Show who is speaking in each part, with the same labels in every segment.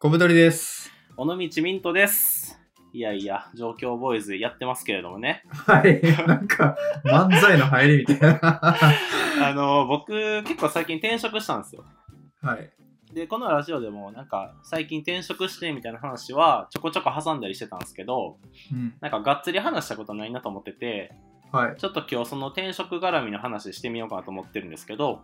Speaker 1: 小太りです。
Speaker 2: 尾道ミントです。いやいや、状況ボーイズやってますけれどもね。
Speaker 1: はい。なんか、漫才の入りみたいな。
Speaker 2: あの、僕、結構最近転職したんですよ。
Speaker 1: はい。
Speaker 2: で、このラジオでも、なんか、最近転職してみたいな話は、ちょこちょこ挟んだりしてたんですけど、
Speaker 1: うん。
Speaker 2: なんか、がっつり話したことないなと思ってて、
Speaker 1: はい。
Speaker 2: ちょっと今日その転職絡みの話してみようかなと思ってるんですけど、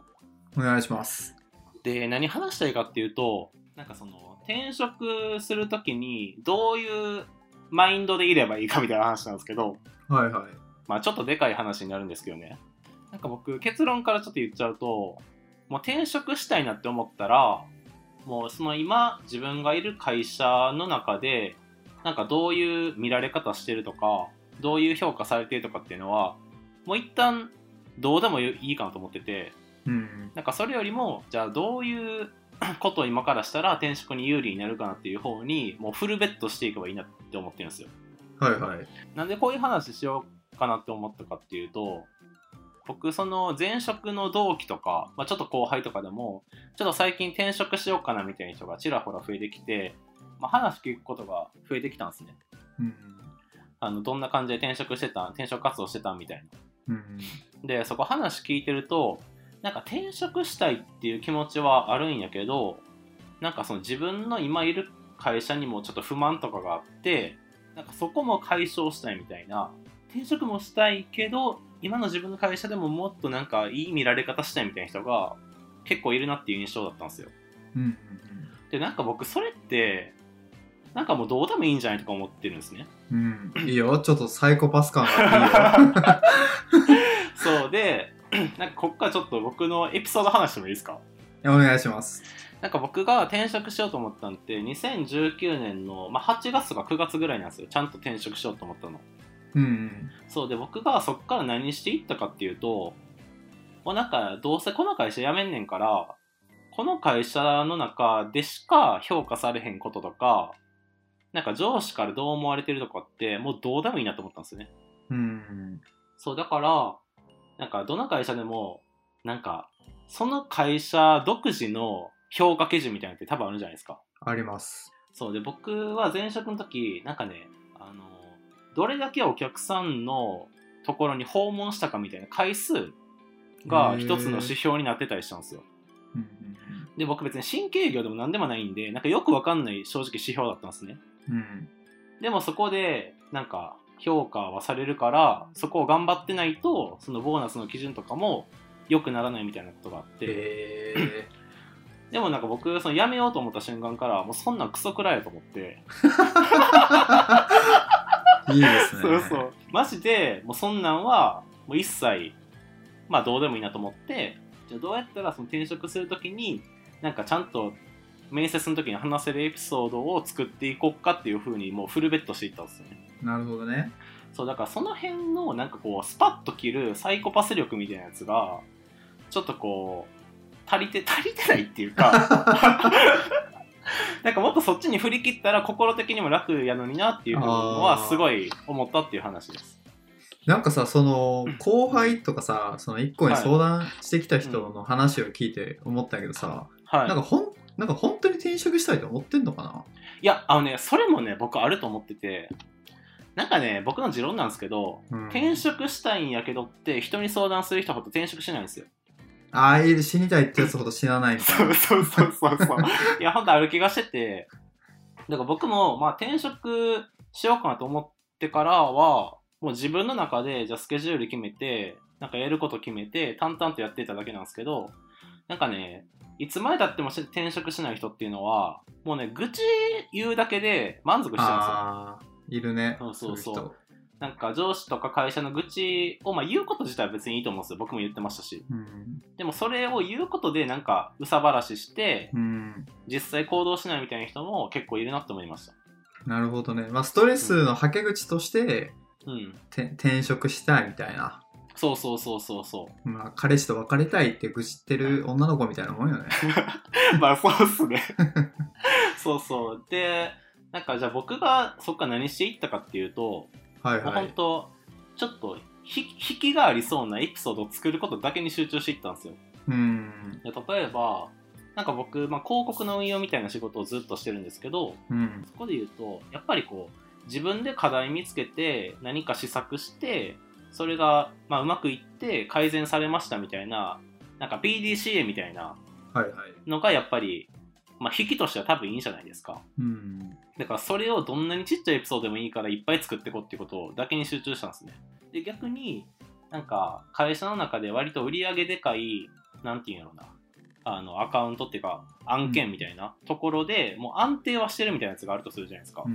Speaker 1: お願いします。
Speaker 2: で、何話したいかっていうと、なんかその、転職するときに、どういうマインドでいればいいかみたいな話なんですけど、
Speaker 1: はいはい。
Speaker 2: まあちょっとでかい話になるんですけどね。なんか僕、結論からちょっと言っちゃうと、もう転職したいなって思ったら、もうその今自分がいる会社の中で、なんかどういう見られ方してるとか、どういう評価されてるとかっていうのは、もう一旦どうでもいいかなと思ってて、
Speaker 1: うん。
Speaker 2: なんかそれよりも、じゃあどういうことを今からしたら転職に有利になるかなっていう方に、もうフルベットしていけばいいなって思ってるんですよ。
Speaker 1: はいはい。
Speaker 2: なんでこういう話しようかなって思ったかっていうと僕その前職の同期とか、まあ、ちょっと後輩とかでもちょっと最近転職しようかなみたいな人がちらほら増えてきて、まあ、話聞くことが増えてきたんですね
Speaker 1: うん。
Speaker 2: あのどんな感じで転職してたん転職活動してたんみたいな
Speaker 1: うん。
Speaker 2: でそこ話聞いてるとなんか転職したいっていう気持ちはあるんやけどなんかその自分の今いる会社にもちょっと不満とかがあってなんかそこも解消したいみたいな転職もしたいけど今の自分の会社でももっとなんかいい見られ方したいみたいな人が結構いるなっていう印象だったんですよ
Speaker 1: うん。
Speaker 2: でなんか僕それってなんかもうどうでもいいんじゃないとか思ってるんですね
Speaker 1: うん。うん。いいよ。ちょっとサイコパス感があ っていいよ。
Speaker 2: そうで なんかこっからちょっと僕のエピソード話してもいいですか
Speaker 1: いやお願いします。
Speaker 2: なんか僕が転職しようと思ったのって2019年の、まあ、8月とか9月ぐらいなんですよちゃんと転職しようと思ったの
Speaker 1: うん。
Speaker 2: そうで僕がそっから何していったかっていうともうなんかどうせこの会社辞めんねんからこの会社の中でしか評価されへんこととかなんか上司からどう思われてるとかってもうどうでもいいなと思ったんですよね
Speaker 1: うん。
Speaker 2: そう、だから、なんか、どの会社でも、なんか、その会社独自の評価基準みたいなのって多分あるじゃないですか。
Speaker 1: あります。
Speaker 2: そう、で、僕は前職の時、なんかね、あの、どれだけお客さんのところに訪問したかみたいな回数が一つの指標になってたりしたんですよ。
Speaker 1: うん。
Speaker 2: で、僕別に新経業でも何でもないんで、なんかよくわかんない正直指標だったんですね。
Speaker 1: うん。
Speaker 2: でもそこでなんか評価はされるからそこを頑張ってないとそのボーナスの基準とかも良くならないみたいなことがあって
Speaker 1: ええ。
Speaker 2: でもなんか僕その辞めようと思った瞬間からもうそんなんクソくらいやと思って
Speaker 1: いいですね。
Speaker 2: そうそうマジでもうそんなんはもう一切まあどうでもいいなと思ってじゃあどうやったらその転職するときになんかちゃんと面接の時に話せるエピソードを作っていこうかっていう風にもうフルベットしていったんですよね
Speaker 1: なるほどね。
Speaker 2: そうだからその辺のなんかこうスパッと切るサイコパス力みたいなやつがちょっとこう足りて 足りてないっていうか なんかもっとそっちに振り切ったら心的にも楽やのになっていう部分はすごい思ったっていう話です。
Speaker 1: なんかさその後輩とかさその一個に相談してきた人の話を聞いて思ったけどさ、
Speaker 2: はい、
Speaker 1: なんかほんなんか本当に転職したいと思ってんのか
Speaker 2: いやあのねそれもね僕あると思っててなんかね僕の持論なんですけど
Speaker 1: な、うん、
Speaker 2: 転職したいんやけどって人に相談する人ほど転職しないんですよ。
Speaker 1: ああいう死にたいってやつほど死なないみたい
Speaker 2: そう
Speaker 1: な。
Speaker 2: そうそうそうそう。いや、ほんとある気がしてて、だから僕も、まあ、転職しようかなと思ってからは、もう自分の中で、じゃあスケジュール決めて、なんかやること決めて、淡々とやってただけなんですけど、なんかね、いつまでたってもして転職しない人っていうのは、もうね、愚痴言うだけで満足してるんですよ。
Speaker 1: ああいるね。
Speaker 2: そうそうそう
Speaker 1: そういう人
Speaker 2: なんか上司とか会社の愚痴を、まあ、言うこと自体は別にいいと思うんですよ。僕も言ってましたし。
Speaker 1: うん
Speaker 2: でもそれを言うことで、なんか、うさばらしして、
Speaker 1: うん
Speaker 2: 実際行動しないみたいな人も結構いるなって思いました。
Speaker 1: なるほどね。まあストレスの吐け口として、
Speaker 2: うん。
Speaker 1: て転職したいみたいな。
Speaker 2: そうそうそうそうそ
Speaker 1: まあ彼氏と別れたいって愚痴ってる女の子みたいなもん よね。
Speaker 2: う。まあそうっ すね。そうそう。で、なんかじゃあ僕がそっから何していったかっていうと、
Speaker 1: はい
Speaker 2: もう
Speaker 1: は
Speaker 2: ほん
Speaker 1: い。
Speaker 2: と、ちょっとひ引きがありそうなエピソードを作ることだけに集中していったんですよ。
Speaker 1: うん
Speaker 2: で例えば、なんか僕、まあ、広告の運用みたいな仕事をずっとしてるんですけど
Speaker 1: うん
Speaker 2: そこで言うとやっぱりこう自分で課題見つけて何か試作してそれが、まあ、うまくいって改善されましたみたいななんか PDCA みたいな
Speaker 1: はいはい
Speaker 2: のがやっぱり、まあ、引きとしては多分いいんじゃないですか
Speaker 1: うん
Speaker 2: だからそれをどんなにちっちゃいエピソードでもいいからいっぱい作ってこっていうことだけに集中したんですねで逆になんか会社の中で割と売り上げでかいなんていうんやろうなあのアカウントっていうか案件みたいなところで、もう安定はしてるみたいなやつがあるとするじゃないですか、
Speaker 1: うん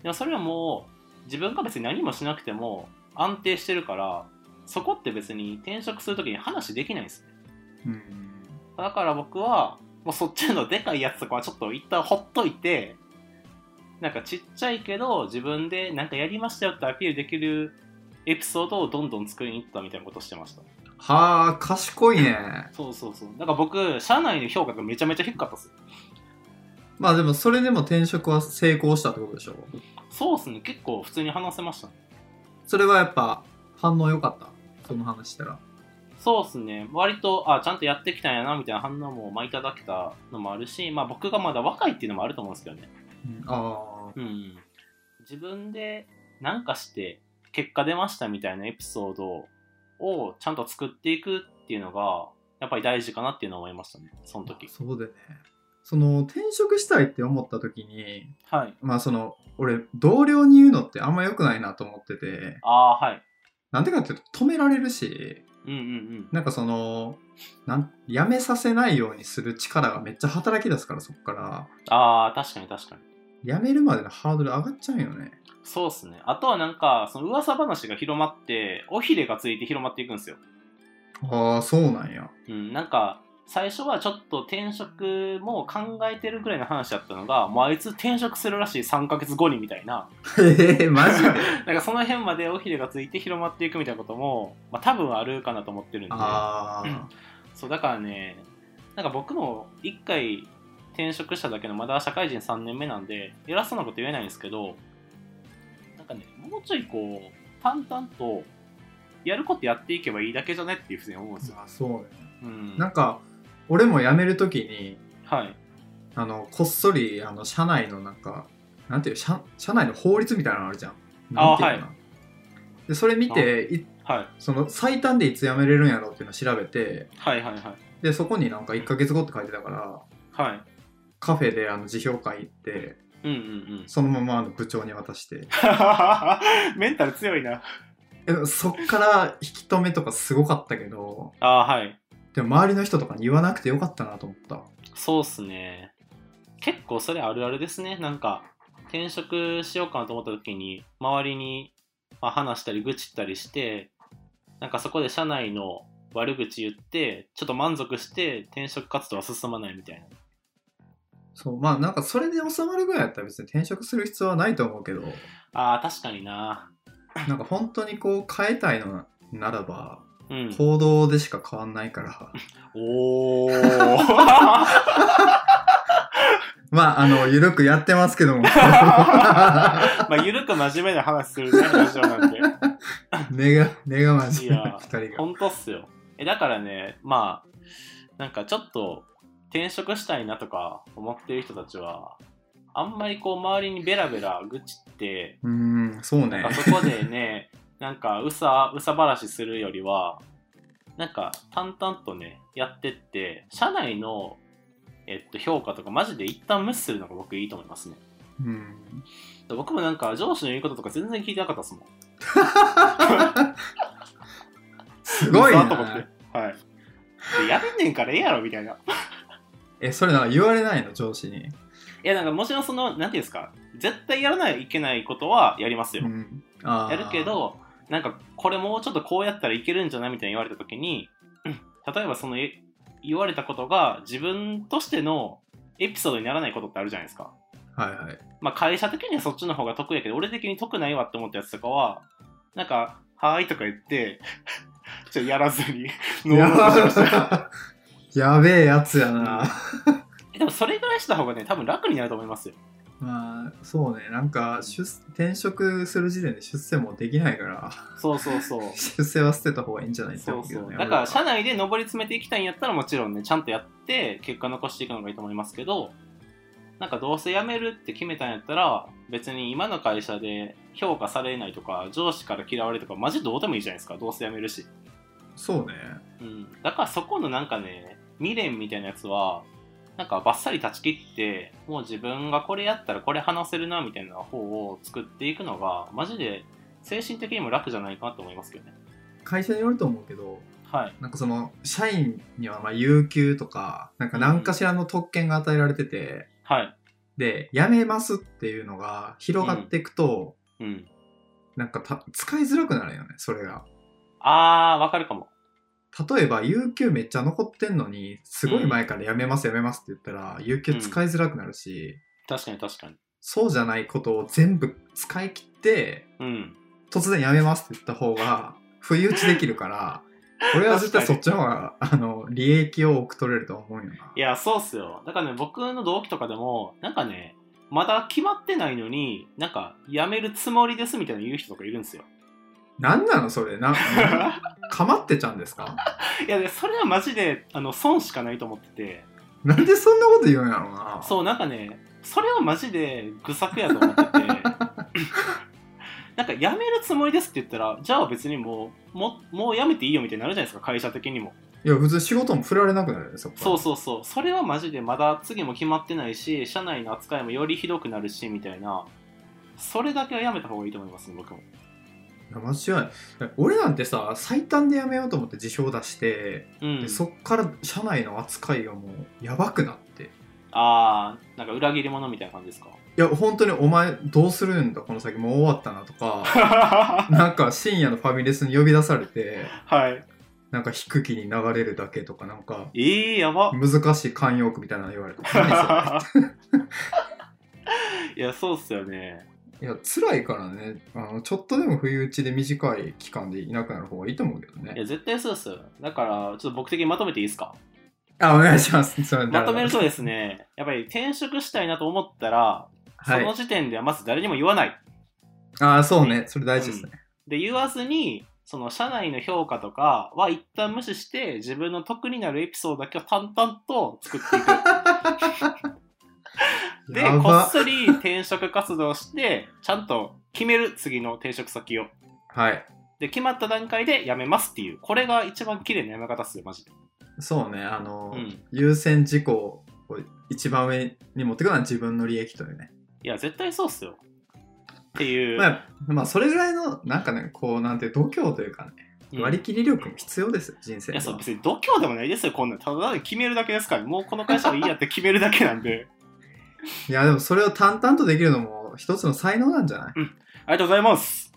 Speaker 2: でもそれはもう自分が別に何もしなくても安定してるからそこって別に転職するときに話できないんですね
Speaker 1: うん
Speaker 2: だから僕はもうそっちのでかいやつとかはちょっと一旦ほっといてなんかちっちゃいけど自分でなんかやりましたよってアピールできるエピソードをどんどん作りに行ったみたいなことしてました
Speaker 1: はあ賢いね
Speaker 2: そうそうそうだから僕社内の評価がめちゃめちゃ低かったっす
Speaker 1: まあでもそれでも転職は成功したってことでしょ
Speaker 2: そうっすね結構普通に話せましたね
Speaker 1: それはやっぱ反応良かったその話したら
Speaker 2: そうっすね割とあちゃんとやってきたんやなみたいな反応もまあいただけたのもあるしまあ僕がまだ若いっていうのもあると思うんですけどね
Speaker 1: うんああ
Speaker 2: うん、自分で何かして結果出ましたみたいなエピソードをちゃんと作っていくっていうのがやっぱり大事かなっていうのは思いましたねその時
Speaker 1: そうだよねその転職したいって思った時に
Speaker 2: はい
Speaker 1: まあその俺同僚に言うのってあんま良くないなと思ってて
Speaker 2: ああーはい
Speaker 1: なんでかっていうと止められるし
Speaker 2: うんうん
Speaker 1: なんかそのなんやめさせないようにする力がめっちゃ働き出すからそっから
Speaker 2: うんああ確かに確かに
Speaker 1: やめるまでのハードル上がっちゃうよね
Speaker 2: そうっすねあとはなんかその噂話が広まって尾ひれがついて広まっていくんですよ
Speaker 1: ああそうなん や
Speaker 2: うんなんか最初はちょっと転職も考えてるぐらいの話だったのがもうあいつ転職するらしい3ヶ月後にみたいな
Speaker 1: ええマジ で
Speaker 2: なんかその辺まで尾ひれがついて広まっていくみたいなことも、まあ、多分あるかなと思ってるんで
Speaker 1: ああ
Speaker 2: そうだからねなんか僕も1回転職しただけのまだ社会人3年目なんで偉そうなこと言えないんですけどなんかねもうちょいこう淡々とやることやっていけばいいだけじゃねっていうふうに思うんですよ、
Speaker 1: あそうね
Speaker 2: うん、
Speaker 1: なんか俺も辞める時に
Speaker 2: はい
Speaker 1: あのこっそりあの社内のなんかなんていう社社内の法律みたいなのあるじゃんなんていうのかなでそれ見てい
Speaker 2: はい
Speaker 1: その最短でいつ辞めれるんやろっていうのを調べて
Speaker 2: はいはいはい
Speaker 1: でそこになんか1ヶ月後って書いてたから
Speaker 2: はい
Speaker 1: カフェであの辞表会行って
Speaker 2: うんうんうん
Speaker 1: そのままあの部長に渡して
Speaker 2: メンタル強いな
Speaker 1: えそっから引き止めとかすごかったけど
Speaker 2: あーはい
Speaker 1: でも周りの人とかに言わなくてよかったなと思った
Speaker 2: そうっすね。結構それあるあるですね。なんか、転職しようかなと思った時に、周りに、まあ、話したり愚痴ったりして、なんかそこで社内の悪口言って、ちょっと満足して転職活動は進まないみたいな。
Speaker 1: そうまあなんかそれで収まるぐらいやったら別に転職する必要はないと思うけど
Speaker 2: ああ、確かにな。
Speaker 1: なんか本当にこう変えたいのならば
Speaker 2: うん。
Speaker 1: 行動でしか変わんないから、
Speaker 2: お ー。
Speaker 1: まああの緩くやってますけ ども
Speaker 2: まあ、ゆるく真面目な話するね、ラジオなんて。
Speaker 1: 根が根がマジ
Speaker 2: いや
Speaker 1: 2人が
Speaker 2: 本当っすよえだからねまあなんかちょっと転職したいなとか思ってる人たちはあんまりこう周りにベラベラ愚痴って
Speaker 1: うーんそう
Speaker 2: なん
Speaker 1: ね
Speaker 2: かそこでねなんかうさうさ話するよりはなんか淡々とねやってって社内のえっと評価とかマジで一旦無視するのが僕いいと思いますね
Speaker 1: うん
Speaker 2: 僕もなんか上司の言うこととか全然聞いてなかったですもん
Speaker 1: すごいう
Speaker 2: ざと思って
Speaker 1: ね
Speaker 2: はいでやめんねんからええやろみたいな
Speaker 1: えそれなんか言われないの上司に、
Speaker 2: いやなんかもちろんそのなんていうんですか絶対やらないといけないことはやりますよ、
Speaker 1: うん、あー
Speaker 2: やるけどなんかこれもうちょっとこうやったらいけるんじゃないみたいに言われた時にうん例えばそのえ言われたことが自分としてのエピソードにならないことってあるじゃないですか
Speaker 1: はいはい
Speaker 2: まあ会社的にはそっちの方が得やけど俺的に得ないわって思ったやつとかはなんか「はーい」とか言って ちょっとやらずにノーノーし ました
Speaker 1: や やべえやつやな
Speaker 2: えでもそれぐらいした方がね多分楽になると思いますよ
Speaker 1: まあそうねなんか出転職する時点で出世もできないから
Speaker 2: そうそうそう
Speaker 1: 出世は捨てた方がいいんじゃないって
Speaker 2: そ
Speaker 1: 思
Speaker 2: う
Speaker 1: うけど
Speaker 2: そう
Speaker 1: ね
Speaker 2: だから社内で上り詰めていきたいんやったらもちろんねちゃんとやって結果残していくのがいいと思いますけどなんかどうせ辞めるって決めたんやったら別に今の会社で評価されないとか上司から嫌われるとかマジどうでもいいじゃないですかどうせ辞めるし、
Speaker 1: そうね
Speaker 2: うん、だからそこのなんかね未練みたいなやつはなんかバッサリ断ち切ってもう自分がこれやったらこれ話せるなみたいな方を作っていくのがマジで精神的にも楽じゃないかなと思いますけどね
Speaker 1: 会社によると思うけど
Speaker 2: はい
Speaker 1: なんかその社員にはまあ有給とかなんか何かしらの特権が与えられてて、
Speaker 2: はい
Speaker 1: で辞めますっていうのが広がっていくと、
Speaker 2: うん
Speaker 1: なんかた使いづらくなるよねそれが
Speaker 2: あー、わかるかも。
Speaker 1: 例えば有給めっちゃ残ってんのにすごい前から辞めます辞めますって言ったら、有給使いづらくなるし、
Speaker 2: 確かに確かに。
Speaker 1: そうじゃないことを全部使い切って
Speaker 2: うん。
Speaker 1: 突然やめますって言った方が不意打ちできるから俺は絶対そっちの方があの利益を多く取れると思うよない
Speaker 2: や、そうっすよ。だからね、僕の同期とかでも、なんかね、まだ決まってないのに、なんか、辞めるつもりですみたいなの言う人とかいるん ですよ。
Speaker 1: なんなのそ れなかまってちゃんですか
Speaker 2: いや、でそれはマジで、あの、損しかないと思ってて、
Speaker 1: なんでそんなこと言うんやろうな
Speaker 2: そう、なんかね、それはマジで愚策やと思って て、なんか、辞めるつもりですって言ったら、じゃあ別にもう、ももう辞めていいよみたいになるじゃないですか、会社的にも。
Speaker 1: いや普通仕事も振られなくなるよねそっから
Speaker 2: そうそうそうそれはマジでまだ次も決まってないし社内の扱いもよりひどくなるしみたいなそれだけはやめた方がいいと思いますね僕も
Speaker 1: いや間違いない俺なんてさ最短でやめようと思って辞表出して、
Speaker 2: うん
Speaker 1: でそっから社内の扱いがもうやばくなってい
Speaker 2: ああなんか裏切り者みたいな感じです か
Speaker 1: や本当にお前どうするんだこの先もう終わったなとか
Speaker 2: は
Speaker 1: なんか深夜のファミレスに呼び出されて
Speaker 2: い
Speaker 1: なんか低気に流れるだけとかなんか
Speaker 2: えー、やば
Speaker 1: 難しい慣用句みたいなの言われてないですよね
Speaker 2: いやそうっすよね
Speaker 1: いや辛いからねあのちょっとでも不意打ちで短い期間でいなくなる方がいいと思うけど
Speaker 2: いや
Speaker 1: ね
Speaker 2: 絶対そうっすよだからちょっと僕的にまとめていいですか
Speaker 1: あお願いします それ
Speaker 2: まとめるとですねやっぱり転職したいなと思ったらそ
Speaker 1: はい
Speaker 2: の時点ではまず誰にも言わない、
Speaker 1: ああそうねそれ大事ですね、
Speaker 2: で言わずにその社内の評価とかは一旦無視して自分の得になるエピソードだけを淡々と作って いくで
Speaker 1: や
Speaker 2: こ
Speaker 1: ば
Speaker 2: っそり転職活動してちゃんと決める次の転職先を
Speaker 1: はい
Speaker 2: で決まった段階で辞めますっていうこれが一番綺麗な辞め方っすよマジで
Speaker 1: そうねあの、
Speaker 2: うん
Speaker 1: 優先事項を一番上に持ってくのは自分の利益というね
Speaker 2: いや絶対そうっすよっていう、
Speaker 1: まあ、まあそれぐらいのなんかねこうなんて度胸というかね
Speaker 2: うん
Speaker 1: 割り切り力も必要ですよ人生
Speaker 2: い
Speaker 1: には
Speaker 2: やそう別に度胸でもないですよこんなんただ決めるだけですからもうこの会社はいいやって決めるだけなんで
Speaker 1: いやでもそれを淡々とできるのも一つの才能なんじゃない
Speaker 2: ありがとうございます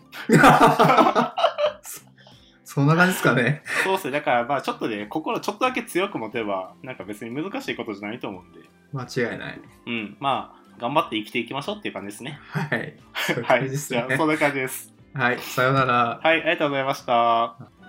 Speaker 1: そそんな感じですかね
Speaker 2: そうっすね、だからまあちょっとね、心ちょっとだけ強く持てば、なんか別に難しいことじゃないと思うんで、
Speaker 1: 間違いない
Speaker 2: うん、まあ、頑張って生きていきましょうっていう感じで すね。
Speaker 1: はいそういう
Speaker 2: は
Speaker 1: 感じ
Speaker 2: い、
Speaker 1: です
Speaker 2: じ
Speaker 1: ね
Speaker 2: ゃあそんな感じです。
Speaker 1: はい、さようなら
Speaker 2: はい、ありがとうございました。